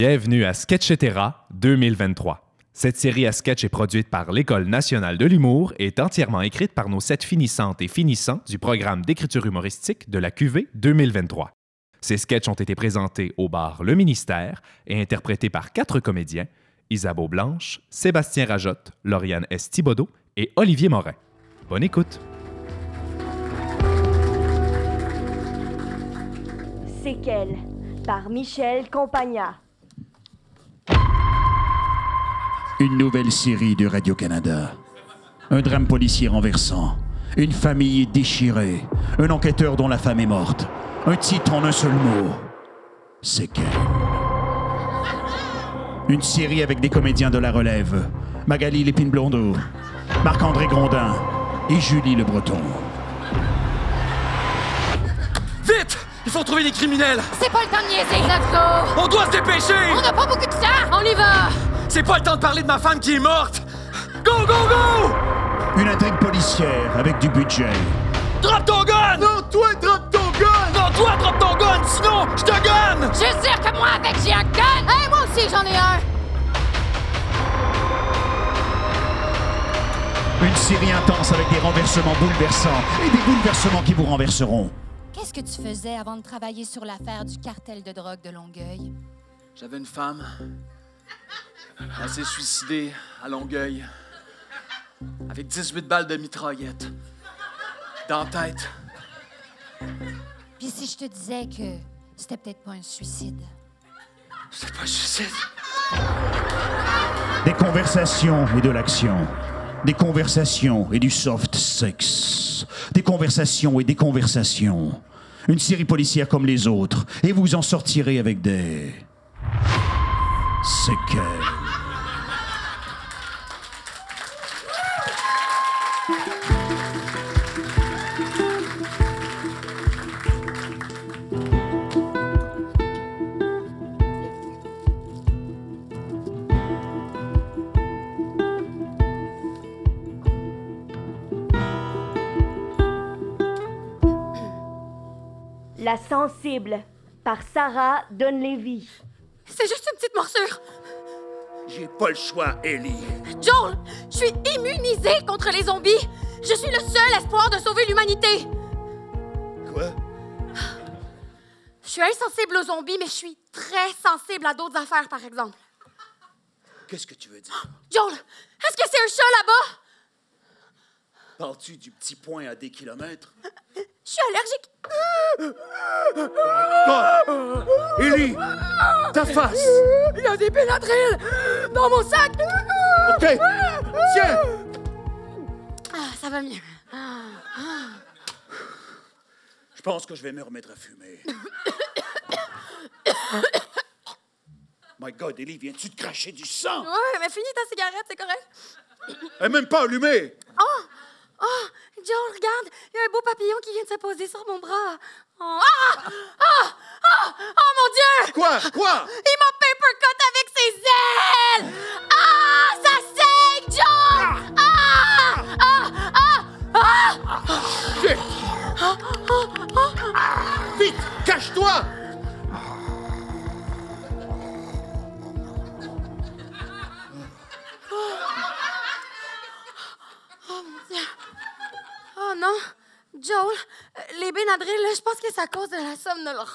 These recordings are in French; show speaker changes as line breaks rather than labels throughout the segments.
Bienvenue à Sketchetera 2023. Cette série à sketch est produite par l'École nationale de l'humour et est entièrement écrite par nos sept finissantes et finissants du programme d'écriture humoristique de la QV 2023. Ces sketchs ont été présentés au bar Le Ministère et interprétés par quatre comédiens Isabeau Blanche, Sébastien Rajotte, Lauriane S. Thibodeau et Olivier Morin. Bonne écoute!
Séquelles par Michel Compagna.
Une nouvelle série de Radio-Canada. Un drame policier renversant. Une famille déchirée. Un enquêteur dont la femme est morte. Un titre en un seul mot. Séquelles. Une série avec des comédiens de la relève. Magali Lépine-Blondeau, Marc-André Grondin et Julie Le Breton.
Vite Il faut trouver les criminels
C'est pas le temps de niaiser, let's go!
On doit se
On
dépêcher
n'a pas beaucoup de temps! On y va!
C'est pas le temps de parler de ma femme qui est morte Go, go, go
Une intrigue policière avec du budget.
Drop ton gun Non, toi, drop ton gun Non, toi, drop ton gun Sinon, je te gonne
Je suis sûr que moi, avec, j'ai un gun! Hey, moi aussi, j'en ai un!
Une série intense avec des renversements bouleversants et des bouleversements qui vous renverseront.
Qu'est-ce que tu faisais avant de travailler sur l'affaire du cartel de drogue de Longueuil?
J'avais une femme. Elle s'est suicidée à Longueuil. Avec 18 balles de mitraillette. Dans la tête.
Puis si je te disais que c'était peut-être pas un suicide?
C'est pas un suicide.
Des conversations et de l'action. Des conversations et du soft sex. Des conversations et des conversations. Une série policière comme les autres. Et vous en sortirez avec des... Séquelles.
La sensible par Sarah Dunleavy.
C'est juste une petite morsure!
J'ai pas le choix, Ellie.
Joel, je suis immunisée contre les zombies! Je suis le seul espoir de sauver l'humanité!
Quoi?
Je suis insensible aux zombies, mais je suis très sensible à d'autres affaires, par exemple.
Qu'est-ce que tu veux dire?
Joel, est-ce que c'est un chat là-bas?
Parles-tu du petit point à des kilomètres?
Je suis allergique.
Ellie! Ta face!
Il y a des pénatrils dans mon sac.
OK! Tiens!
Ah, ça va mieux.
Je pense que je vais me remettre à fumer. My God, Ellie, viens-tu de cracher du sang?
Ouais, mais finis ta cigarette, c'est correct.
Elle est même pas allumée!
Oh, oh, Joel, regarde, il y a un beau papillon qui vient de se poser sur mon bras. Oh, ah, ah, ah, oh mon Dieu!
Quoi? Quoi?
Il m'a papercut avec ses ailes! Ah, ça saigne, Joel! Ah, ah, ah, ah! ah.
Vite, cache-toi!
Oh non, Joel, euh, les Benadryl, là, je pense que c'est à cause de la somnolence.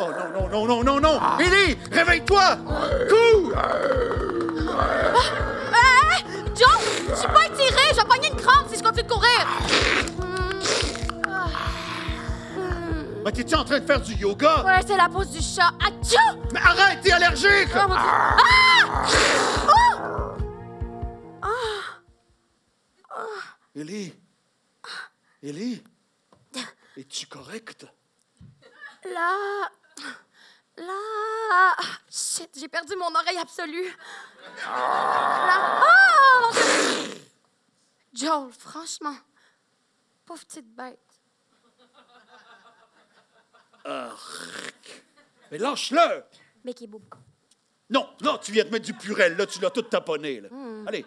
Oh non, non, non, non, non, non! Ellie, réveille-toi! Cours!
Hé, hé, Hein? Joe, je suis pas étirée, je vais pogner une crampe si je continue de courir.
Ah. Mais t'es-tu en train de faire du yoga?
Ouais, c'est la pose du chat. Atchou!
Mais arrête, t'es allergique!
Ah! mon Dieu. Ah! Oh!
Ellie! Ellie! Es-tu correcte?
Là... Là... Shit, j'ai perdu mon oreille absolue. Là...
Ah!
Oh! mon Dieu. Joel, franchement, pauvre petite bête.
Ah, Mais lâche-le!
Mais qui est beau.
Non, non, tu viens de mettre du purel, là, tu l'as tout taponné, là.
Hmm.
Allez,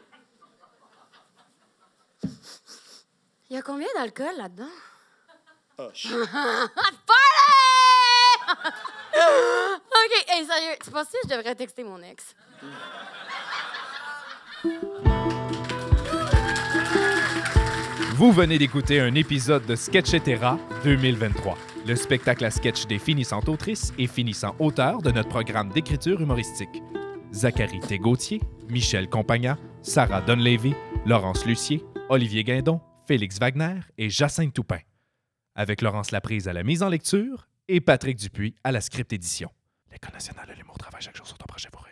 Il y a combien d'alcool là-dedans?
hush.
Party! OK, hey, sérieux, tu penses que je devrais texter mon ex?
Vous venez d'écouter un épisode de Sketchetera 2023, le spectacle à sketch des finissantes autrices et finissants auteurs de notre programme d'écriture humoristique. Zachary Tégautier, Michel Compagna, Sarah Dunleavy, Laurence Lucier, Olivier Guindon, Félix Wagner et Jacinthe Toupin. Avec Laurence Laprise à la mise en lecture et Patrick Dupuis à la script édition. L'École nationale de l'humour travaille chaque jour sur ton projet pour